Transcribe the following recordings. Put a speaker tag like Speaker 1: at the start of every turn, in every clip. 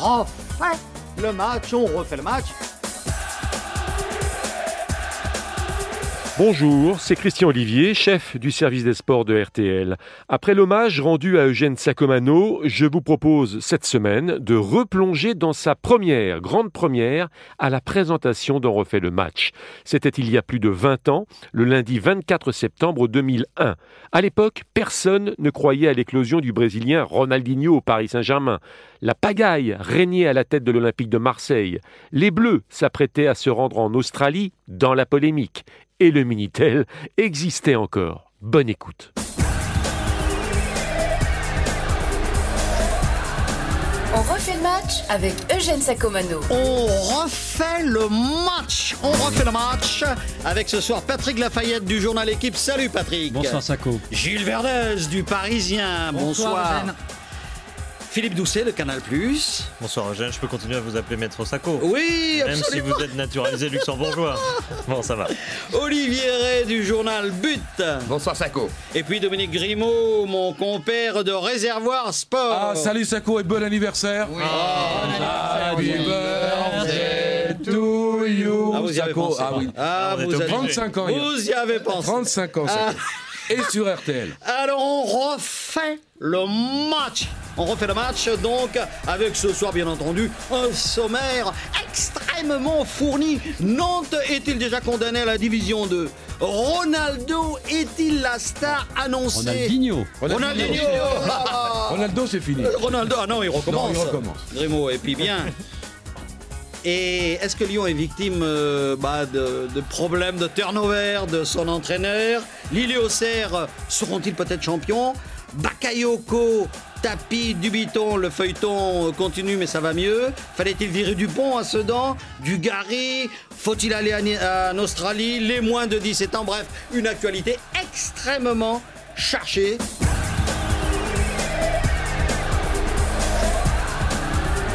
Speaker 1: refait le match, on refait le match.
Speaker 2: Bonjour, c'est Christian Olivier, chef du service des sports de RTL. Après l'hommage rendu à Eugène Sacomano, je vous propose cette semaine de replonger dans sa première, grande première, à la présentation d'En refait le match. C'était il y a plus de 20 ans, le lundi 24 septembre 2001. À l'époque, personne ne croyait à l'éclosion du Brésilien Ronaldinho au Paris Saint-Germain. La pagaille régnait à la tête de l'Olympique de Marseille. Les Bleus s'apprêtaient à se rendre en Australie dans la polémique et le Minitel existait encore. Bonne écoute.
Speaker 3: On refait le match avec Eugène Sacomano.
Speaker 1: On refait le match, on refait le match avec ce soir Patrick Lafayette du journal Équipe. Salut Patrick.
Speaker 4: Bonsoir Sacco.
Speaker 1: Gilles Verdez du Parisien. Bonsoir. Philippe Doucet de Canal+.
Speaker 5: Bonsoir Eugène, je peux continuer à vous appeler Maître Sacco
Speaker 1: Oui,
Speaker 5: Même si
Speaker 1: absolument.
Speaker 5: vous êtes naturalisé luxembourgeois. Bon, ça va.
Speaker 1: Olivier Ray du journal But.
Speaker 6: Bonsoir Sacco.
Speaker 1: Et puis Dominique Grimaud, mon compère de Réservoir Sport.
Speaker 7: Ah, salut Sako et bon anniversaire. Ah, Oui. Happy birthday to you.
Speaker 1: Ah, vous y avez
Speaker 7: Sacco.
Speaker 1: pensé.
Speaker 7: Ah oui.
Speaker 1: Ah,
Speaker 5: Ah,
Speaker 1: vous,
Speaker 5: on est
Speaker 1: avez-
Speaker 5: obligé.
Speaker 7: 35 ans. hier.
Speaker 1: vous y avez pensé.
Speaker 7: 35 ans. Sacco.
Speaker 1: Ah.
Speaker 7: Et sur RTL.
Speaker 1: Alors on refait le match. On refait le match donc avec ce soir bien entendu un sommaire extrêmement fourni. Nantes est-il déjà condamné à la division 2 Ronaldo est-il la star annoncée
Speaker 4: Ronaldinho.
Speaker 1: Ronaldinho Ah,
Speaker 7: Ronaldo, c'est fini.
Speaker 1: Ronaldo, ah non, il recommence.
Speaker 7: Non, il recommence.
Speaker 1: Grimaud, et puis bien. Et est-ce que Lyon est victime euh, bah, de, de problèmes de turnover de son entraîneur Lille et Auxerre seront-ils peut-être champions Bakayoko, tapis, Dubiton, le feuilleton euh, continue mais ça va mieux. Fallait-il virer Dupont à Sedan Dugarry Faut-il aller à- en Australie Les moins de 17 ans Bref, une actualité extrêmement chargée.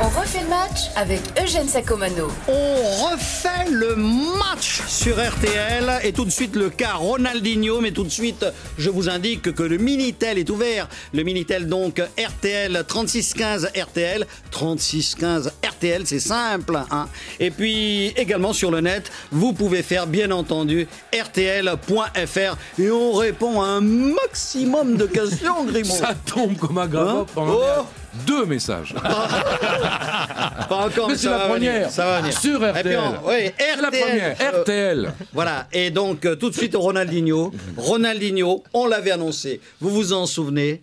Speaker 3: On refait le match avec Eugène Sacomano.
Speaker 1: On refait le match sur RTL et tout de suite le cas Ronaldinho, mais tout de suite je vous indique que le Minitel est ouvert. Le Minitel donc RTL 3615 RTL 3615 RTL, c'est simple. hein. Et puis également sur le net, vous pouvez faire bien entendu RTL.fr et on répond à un maximum de questions, Grimaud.
Speaker 7: Ça tombe comme un
Speaker 1: Hein
Speaker 7: gravat pendant
Speaker 1: Oh.
Speaker 7: deux messages.
Speaker 1: Pas encore,
Speaker 7: Mais
Speaker 1: mais
Speaker 7: c'est
Speaker 1: ça
Speaker 7: la
Speaker 1: va venir,
Speaker 7: première.
Speaker 1: Ça va venir.
Speaker 7: Sur
Speaker 1: Et puis
Speaker 7: RTL.
Speaker 1: on- oui,
Speaker 7: C'est la
Speaker 1: RTL.
Speaker 7: première. RTL.
Speaker 1: Voilà, et donc euh, tout de suite au Ronaldinho. Ronaldinho, on l'avait annoncé, vous vous en souvenez,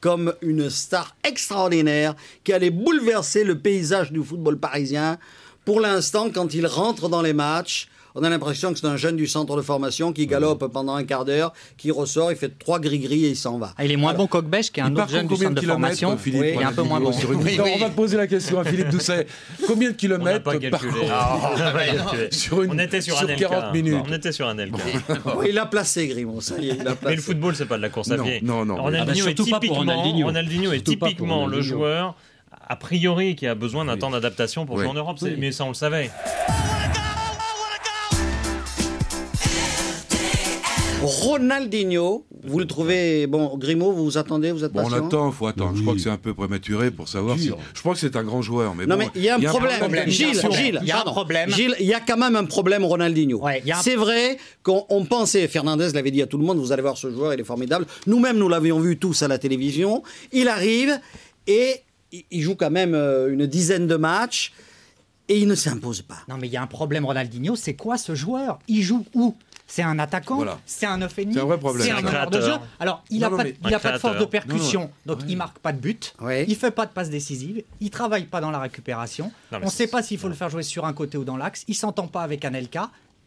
Speaker 1: comme une star extraordinaire qui allait bouleverser le paysage du football parisien. Pour l'instant, quand il rentre dans les matchs, on a l'impression que c'est un jeune du centre de formation qui galope pendant un quart d'heure, qui ressort, il fait trois gris-gris et il s'en va.
Speaker 8: Ah, il est moins bon qu'Okbesh, qui est un
Speaker 7: Il
Speaker 8: autre
Speaker 7: part
Speaker 8: jeune du
Speaker 7: combien
Speaker 8: centre
Speaker 7: de
Speaker 8: de
Speaker 7: kilomètres,
Speaker 8: formation.
Speaker 7: Philippe
Speaker 8: il est un peu moins bon.
Speaker 6: une rubrique.
Speaker 7: Non, on va poser la question à Philippe Doucet. Combien de
Speaker 5: On n'a
Speaker 7: kilomètres
Speaker 5: pas
Speaker 7: par
Speaker 5: calculé.
Speaker 8: Ah,
Speaker 5: Ah, On n'a pas calculé.
Speaker 7: Sur une-
Speaker 5: on était sur,
Speaker 7: sur
Speaker 5: un LK.
Speaker 7: 40 minutes.
Speaker 5: On était sur un LK.
Speaker 7: Ah.
Speaker 1: Oh, il l'a placé, Grimaud, ça y est, il l'a
Speaker 5: Mais
Speaker 1: placé.
Speaker 5: le football, c'est pas de la course à
Speaker 7: Non,
Speaker 5: pied.
Speaker 7: non, non.
Speaker 5: Ronaldinho
Speaker 4: Ah bah,
Speaker 5: est
Speaker 4: surtout pas pour
Speaker 5: typiquement,
Speaker 4: Ronaldinho.
Speaker 5: Ronaldinho est
Speaker 4: Surtout pas pour
Speaker 5: typiquement le
Speaker 4: Ronaldinho.
Speaker 5: joueur a priori qui a besoin d'un temps d'adaptation pour jouer
Speaker 7: Oui.
Speaker 5: en Europe. C'est- Mais ça, on le savait.
Speaker 1: Ronaldinho, vous le trouvez, bon, Grimaud, vous vous attendez, vous êtes
Speaker 7: Bon, on
Speaker 1: patient
Speaker 7: attend, faut attendre. Je crois que c'est un peu prématuré pour savoir si. Je crois que c'est un grand joueur, mais
Speaker 1: Non,
Speaker 7: bon,
Speaker 1: mais il y a un problème. Gilles,
Speaker 8: d'organisation.
Speaker 1: Gilles,
Speaker 8: Il y a un
Speaker 1: pardon.
Speaker 8: problème.
Speaker 1: Gilles, il y a quand même un problème, Ronaldinho.
Speaker 8: Ouais, il y a un-
Speaker 1: C'est vrai qu'on on pensait, Fernandez l'avait dit à tout le monde, vous allez voir ce joueur, il est formidable. Nous-mêmes, nous l'avions vu tous à la télévision. Il arrive et il- il joue quand même euh, une dizaine de matchs et il ne s'impose pas.
Speaker 8: Non, mais il y a un problème, Ronaldinho. C'est quoi ce joueur Il joue où C'est un attaquant
Speaker 7: Voilà.
Speaker 8: C'est un euphémisme
Speaker 7: C'est un vrai problème.
Speaker 8: C'est
Speaker 7: C'est
Speaker 8: un
Speaker 7: un
Speaker 8: meneur de jeu
Speaker 5: créateur.
Speaker 8: Alors, il
Speaker 7: Non,
Speaker 8: n'a
Speaker 7: non,
Speaker 8: pas,
Speaker 7: mais-
Speaker 8: il a
Speaker 5: Un
Speaker 8: pas de force de
Speaker 5: créateur.
Speaker 8: percussion, donc il marque pas de but.
Speaker 1: Ouais.
Speaker 8: Il fait pas de passe décisive. Il travaille pas dans la récupération.
Speaker 5: Non, mais
Speaker 8: On ne
Speaker 5: c'est-
Speaker 8: sait pas s'il faut le faire jouer sur un côté ou dans l'axe. Il s'entend pas avec un LK.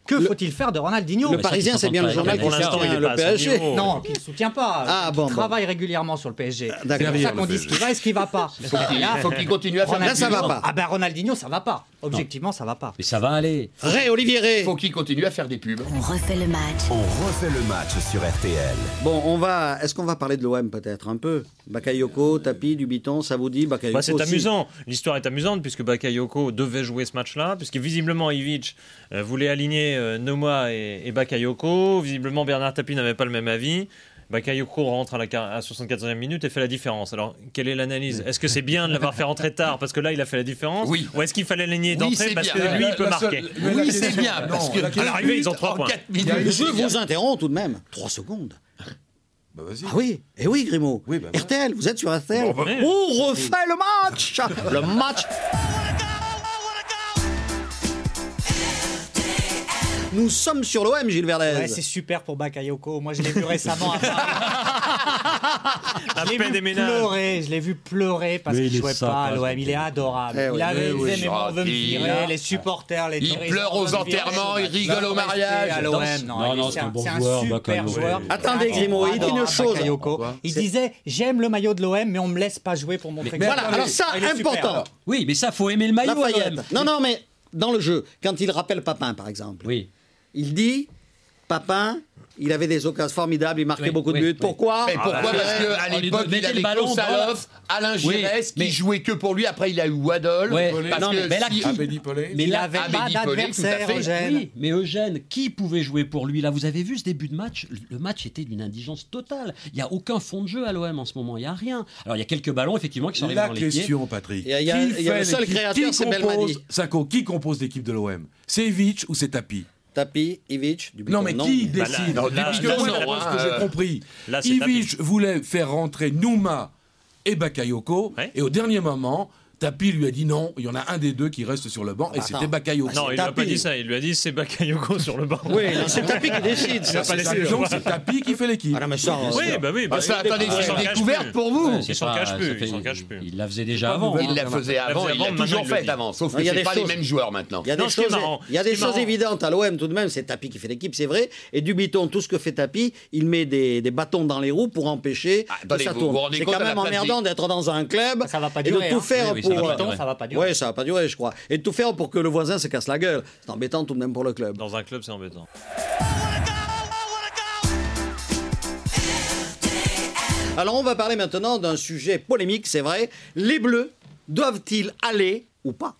Speaker 8: Que faut-il faire de Ronaldinho
Speaker 1: Le Parisien, c'est bien le journal qui
Speaker 5: Pour l'instant, il
Speaker 1: soutient
Speaker 5: est
Speaker 1: le
Speaker 5: pas à son
Speaker 1: PSG.
Speaker 5: niveau.
Speaker 8: Non, qu'il ne soutient pas.
Speaker 1: Oh. Ah,
Speaker 8: qui
Speaker 1: bon, bon.
Speaker 8: travaille régulièrement sur le PSG.
Speaker 1: d'accord.
Speaker 8: C'est pour ça
Speaker 7: Derrière
Speaker 8: qu'on
Speaker 7: le
Speaker 8: dit ce qui va et ce qui va pas.
Speaker 6: Il faut qu'il continue à faire
Speaker 1: Là, ça va
Speaker 6: des-
Speaker 1: pas.
Speaker 8: Ah ben Ronaldinho, ça va pas. Objectivement, ça va pas.
Speaker 4: Mais ça va aller.
Speaker 1: Ray, Olivier Ray.
Speaker 6: faut qu'il continue à faire des pubs.
Speaker 3: On refait le match.
Speaker 9: On refait le match sur RTL.
Speaker 1: Bon, on va. Est-ce qu'on va parler de l'OM peut-être un peu Bakayoko, tapis, Dubiton, ça vous dit Bakayoko
Speaker 5: Bah, c'est
Speaker 1: aussi.
Speaker 5: amusant. L'histoire est amusante puisque Bakayoko devait jouer ce match-là, puisque visiblement Ivic euh, voulait aligner euh, Noma et, et Bakayoko. Visiblement Bernard Tapie n'avait pas le même avis. Bakayoko rentre à la quar- à 74e minute et fait la différence. Alors, quelle est l'analyse Est-ce que c'est bien de l'avoir fait rentrer tard parce que là, il a fait la différence
Speaker 6: Oui.
Speaker 5: Ou est-ce qu'il fallait l'aligner
Speaker 6: Oui,
Speaker 5: d'entrée
Speaker 6: c'est
Speaker 5: parce
Speaker 6: bien.
Speaker 5: que lui, il peut
Speaker 7: La seule-
Speaker 5: marquer
Speaker 7: mais la
Speaker 6: Oui, c'est
Speaker 7: question-
Speaker 6: bien,
Speaker 7: non,
Speaker 6: parce que
Speaker 7: la question-
Speaker 5: à l'arrivée, ils ont trois points.
Speaker 6: En 4 minutes,
Speaker 1: Je
Speaker 6: c'est bien.
Speaker 1: vous interromps tout de même. Trois secondes.
Speaker 7: Bah, vas-y.
Speaker 1: Ah oui, et oui, Grimaud.
Speaker 7: Oui, bah, ouais.
Speaker 1: RTL, vous êtes sur RTL.
Speaker 5: bah, ouais.
Speaker 1: On refait le match Le match Nous sommes sur l'OM, Gilles Verdez.
Speaker 8: Ouais, c'est super pour Bakayoko. Moi, je l'ai vu récemment à Paris.
Speaker 5: La
Speaker 8: Je l'ai
Speaker 5: paix
Speaker 8: vu
Speaker 5: des ménages.
Speaker 8: pleurer. Je l'ai vu pleurer parce
Speaker 4: Mais
Speaker 8: qu'il
Speaker 4: il est
Speaker 8: jouait pas
Speaker 4: sympa,
Speaker 8: à
Speaker 4: ce
Speaker 8: l'OM. Il est adorable.
Speaker 1: Eh oui.
Speaker 8: Il avait
Speaker 6: Eh oui,
Speaker 8: dit, mais moi, on veut me
Speaker 6: gentil.
Speaker 8: virer. Les supporters, les
Speaker 6: Il
Speaker 8: touristes,
Speaker 6: pleure
Speaker 8: on veut
Speaker 6: aux
Speaker 8: me virer.
Speaker 6: enterrements, il rigole au
Speaker 8: Rester
Speaker 6: mariage.
Speaker 8: à
Speaker 4: danse.
Speaker 8: l'OM, non,
Speaker 4: Non,
Speaker 8: il-
Speaker 4: non,
Speaker 8: c'est
Speaker 4: c'est
Speaker 8: un,
Speaker 4: un bon
Speaker 8: c'est un
Speaker 4: joueur,
Speaker 8: super
Speaker 4: Bakayoko.
Speaker 8: joueur.
Speaker 1: Attendez, Grimaud, il dit une
Speaker 8: Adorable,
Speaker 1: chose.
Speaker 8: Bakayoko. Il disait, j'aime le maillot de l'OM, mais on me laisse pas jouer pour montrer que
Speaker 1: Voilà,
Speaker 8: je suis
Speaker 1: alors ça,
Speaker 8: Il est super,
Speaker 1: important.
Speaker 8: alors.
Speaker 4: Oui, mais ça, faut aimer le maillot.
Speaker 1: Lafayette.
Speaker 4: quand même.
Speaker 1: Non, non, mais dans le jeu, quand il rappelle Papin, par exemple,
Speaker 4: Oui.
Speaker 1: il dit Papin, il avait des occasions formidables, il marquait
Speaker 4: Oui,
Speaker 1: beaucoup de
Speaker 4: oui,
Speaker 1: buts.
Speaker 4: oui.
Speaker 1: Pourquoi
Speaker 6: Mais pourquoi
Speaker 1: Parce que-
Speaker 6: Parce qu'à
Speaker 4: on lui
Speaker 6: l'époque,
Speaker 4: donnait
Speaker 6: il
Speaker 4: le
Speaker 6: avait
Speaker 4: ballon
Speaker 6: Klaus
Speaker 4: dans la-
Speaker 6: Salof, Alain
Speaker 4: Oui,
Speaker 6: Giresse,
Speaker 4: mais-
Speaker 6: qui jouait que pour lui. Après, il a eu Waddle.
Speaker 4: Ouais.
Speaker 6: Parce
Speaker 4: Non,
Speaker 6: que
Speaker 4: mais là,
Speaker 6: si-
Speaker 4: qui-
Speaker 6: Ah, mais-
Speaker 7: Amélie Pelé.
Speaker 4: Mais
Speaker 8: Il
Speaker 4: là,
Speaker 8: avait
Speaker 6: Amélie
Speaker 8: pas
Speaker 6: Pelé, tout à
Speaker 8: d'adversaire,
Speaker 6: fait. Ah,
Speaker 8: Eugène.
Speaker 4: Oui, mais Eugène, qui pouvait jouer pour lui Là, vous avez vu ce début de match Le- Le match était d'une indigence totale. Il n'y a aucun fond de jeu à l'OM en ce moment. Il n'y a rien. Alors, il y a quelques ballons, effectivement, qui sont arrivés
Speaker 7: La
Speaker 4: dans les pieds.
Speaker 7: question, Patrick.
Speaker 1: Il y a- il y a-
Speaker 7: Qui
Speaker 1: il y a
Speaker 7: fait
Speaker 1: le seul
Speaker 7: l'équipe
Speaker 1: créateur,
Speaker 7: Qui
Speaker 1: c'est
Speaker 7: compose-
Speaker 1: Belmadi.
Speaker 7: Cinco, qui compose l'équipe de l'OM C'est Evitch ou c'est Tapi
Speaker 1: Tapi, Ivic, du
Speaker 7: Non, mais qui décide
Speaker 5: là, là,
Speaker 7: Parce que
Speaker 5: là,
Speaker 7: moi,
Speaker 5: non,
Speaker 7: d'après
Speaker 6: hein,
Speaker 7: ce que
Speaker 6: euh,
Speaker 7: j'ai compris,
Speaker 5: là, c'est
Speaker 7: Ivic voulait faire rentrer Nouma et Bakayoko,
Speaker 5: Ouais.
Speaker 7: et au dernier moment, Tapi lui a dit non, il y en a un des deux qui reste sur le banc, et
Speaker 1: attends.
Speaker 7: c'était Bakayoko.
Speaker 5: Non, il lui a pas dit ça. Il lui a dit c'est Bakayoko sur le banc.
Speaker 1: Oui, c'est Tapi qui décide.
Speaker 5: Il a pas
Speaker 7: C'est
Speaker 5: laissé
Speaker 7: ça,
Speaker 5: le
Speaker 7: donc
Speaker 5: joueur.
Speaker 7: c'est Tapi qui fait l'équipe.
Speaker 1: Ah non, mais ça, on-
Speaker 5: Oui, bah oui. bah
Speaker 6: Parce que,
Speaker 5: oui.
Speaker 6: Ah, attendez,
Speaker 5: Il s'en
Speaker 6: c'est une
Speaker 5: cache
Speaker 6: découverte
Speaker 5: plus.
Speaker 6: pour vous.
Speaker 4: C'est
Speaker 5: Il s'en
Speaker 4: pas-
Speaker 5: cache
Speaker 4: Ah, ça
Speaker 5: plus,
Speaker 4: fait-
Speaker 5: il s'en cache plus.
Speaker 4: Il la faisait déjà
Speaker 7: pas
Speaker 4: avant.
Speaker 7: nouvelle.
Speaker 6: Il la faisait avant,
Speaker 5: faisait
Speaker 6: il l'a
Speaker 5: avant, maintenant,
Speaker 6: toujours
Speaker 5: il le
Speaker 6: faite
Speaker 5: dit.
Speaker 6: avant. Sauf
Speaker 1: Non,
Speaker 6: que
Speaker 1: il y a
Speaker 6: c'est
Speaker 1: des
Speaker 6: pas les
Speaker 1: choses-
Speaker 6: mêmes joueurs maintenant.
Speaker 1: Il y a des
Speaker 5: Non, ce qui est
Speaker 1: choses,
Speaker 5: marrant,
Speaker 1: il y a
Speaker 5: ce qui
Speaker 1: des
Speaker 5: est
Speaker 1: choses
Speaker 5: marrant-
Speaker 1: évidentes à l'OM tout de même, c'est Tapi qui fait l'équipe, c'est vrai. Et Dubiton, tout ce que fait Tapi, il met des, des bâtons dans les roues pour empêcher
Speaker 6: Ah, attendez,
Speaker 1: que ça
Speaker 6: vous-
Speaker 1: tourne.
Speaker 6: vous rendez
Speaker 1: c'est
Speaker 6: compte
Speaker 1: quand
Speaker 6: à
Speaker 1: même
Speaker 6: la place
Speaker 1: emmerdant
Speaker 6: des-
Speaker 1: d'être dans un club
Speaker 8: Ça va pas
Speaker 1: et de
Speaker 8: durer,
Speaker 1: tout
Speaker 8: hein.
Speaker 1: faire
Speaker 4: Oui,
Speaker 1: pour.
Speaker 4: oui, ça va pas
Speaker 8: Attends,
Speaker 4: Ouais.
Speaker 8: ça va pas durer.
Speaker 1: Ouais, ça va pas durer, je crois. Et de tout faire pour que le voisin se casse la gueule. C'est embêtant tout de même pour le club.
Speaker 5: Dans un club, c'est embêtant.
Speaker 1: Alors on va parler maintenant d'un sujet polémique, c'est vrai. Les Bleus doivent-ils aller ou pas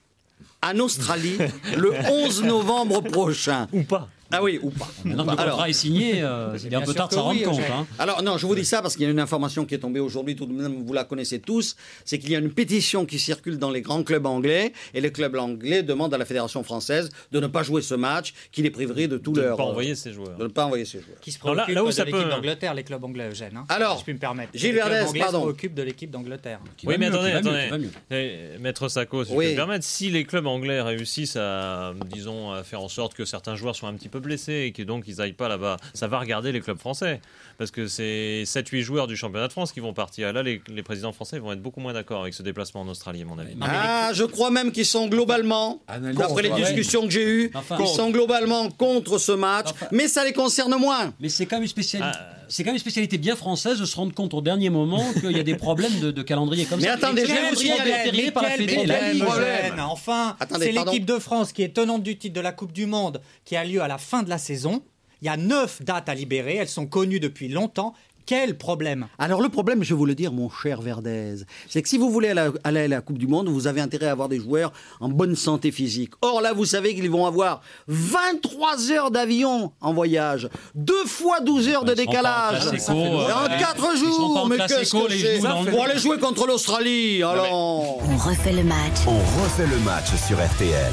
Speaker 1: en Australie le 11 novembre prochain
Speaker 5: Ou pas.
Speaker 1: Ah oui, ou pas.
Speaker 4: Maintenant que le
Speaker 1: Alors,
Speaker 4: contrat est signé, euh, il est un
Speaker 8: Bien sûr
Speaker 4: peu tard de
Speaker 8: que
Speaker 4: s'en
Speaker 8: oui,
Speaker 4: rendre compte.
Speaker 8: Eugène.
Speaker 4: hein.
Speaker 1: Alors non, je vous dis ça parce qu'il y a une information qui est tombée aujourd'hui, tout de même, vous la connaissez tous, c'est qu'il y a une pétition qui circule dans les grands clubs anglais et les clubs anglais demandent à la fédération française de ne pas jouer ce match, qui les priverait de tout
Speaker 5: De ne
Speaker 1: leur
Speaker 5: pas envoyer
Speaker 1: euh,
Speaker 5: ses
Speaker 1: de
Speaker 5: joueurs.
Speaker 1: ne pas envoyer ses joueurs.
Speaker 8: Qui se
Speaker 5: Non, là-
Speaker 8: préoccupe
Speaker 5: là où
Speaker 8: de
Speaker 5: ça
Speaker 8: l'équipe
Speaker 5: peut-
Speaker 8: d'Angleterre, les clubs anglais, Eugène. hein.
Speaker 1: Alors,
Speaker 8: si je puis me permettre.
Speaker 1: Gilles
Speaker 8: Les clubs
Speaker 1: Verdez,
Speaker 8: anglais
Speaker 1: pardon.
Speaker 8: se préoccupent de l'équipe d'angleterre.
Speaker 4: Qui
Speaker 5: Oui,
Speaker 4: va
Speaker 5: mais
Speaker 4: mieux, qui
Speaker 5: attendez,
Speaker 4: va
Speaker 5: attendez.
Speaker 4: mieux, qui va mieux.
Speaker 5: Eh, Maître Sacco, si
Speaker 1: Oui.
Speaker 5: je peux me permettre, si les clubs anglais réussissent à, disons, à faire en sorte que certains joueurs soient un petit peu blessés et que donc ils aillent pas là-bas, ça va regarder les clubs français. Parce que c'est 7-8 joueurs du championnat de France qui vont partir. Là, les, les présidents français vont être beaucoup moins d'accord avec ce déplacement en Australie, à mon avis.
Speaker 1: Ah, je crois même qu'ils sont globalement,
Speaker 5: Ah,
Speaker 7: Analyse
Speaker 1: après les
Speaker 7: contre, ouais.
Speaker 1: discussions que j'ai eues,
Speaker 4: Enfin,
Speaker 1: ils
Speaker 4: contre.
Speaker 1: sont globalement contre ce match,
Speaker 4: Enfin.
Speaker 1: mais ça les concerne moins.
Speaker 4: Mais c'est quand même une spécialité.
Speaker 5: Ah.
Speaker 4: C'est quand même une spécialité bien française de se rendre compte au dernier moment qu'il y a des problèmes de, de calendrier comme
Speaker 1: Mais
Speaker 4: ça.
Speaker 1: attendez,
Speaker 4: Et
Speaker 1: j'ai
Speaker 4: quel
Speaker 1: compris,
Speaker 4: problème
Speaker 1: Alain,
Speaker 4: est atterré
Speaker 8: Mais
Speaker 4: par la
Speaker 8: quel
Speaker 4: Fédé et la
Speaker 8: problème,
Speaker 4: Ligue.
Speaker 8: Eugène, Enfin,
Speaker 1: Attendez,
Speaker 8: c'est
Speaker 1: pardon.
Speaker 8: l'équipe de France qui est tenante du titre de la Coupe du Monde qui a lieu à la fin de la saison. Il y a neuf dates à libérer, elles sont connues depuis longtemps. Quel problème
Speaker 1: Alors le problème, je vais vous le dire, mon cher Verdez, c'est que si vous voulez aller à la- aller à la Coupe du Monde, vous avez intérêt à avoir des joueurs en bonne santé physique. Or là, vous savez qu'ils vont avoir 23 heures d'avion en voyage, deux fois 12 heures de
Speaker 4: Ils sont pas en
Speaker 1: décalage,
Speaker 4: classico,
Speaker 1: Et en 4
Speaker 4: euh, ils sont pas
Speaker 1: jours,
Speaker 4: en
Speaker 1: mais
Speaker 4: classico,
Speaker 1: qu'est-ce que
Speaker 4: les
Speaker 1: c'est
Speaker 4: genoux dans le-
Speaker 1: Pour aller jouer contre l'Australie, alors...
Speaker 3: On refait le match.
Speaker 9: On refait le match sur RTL.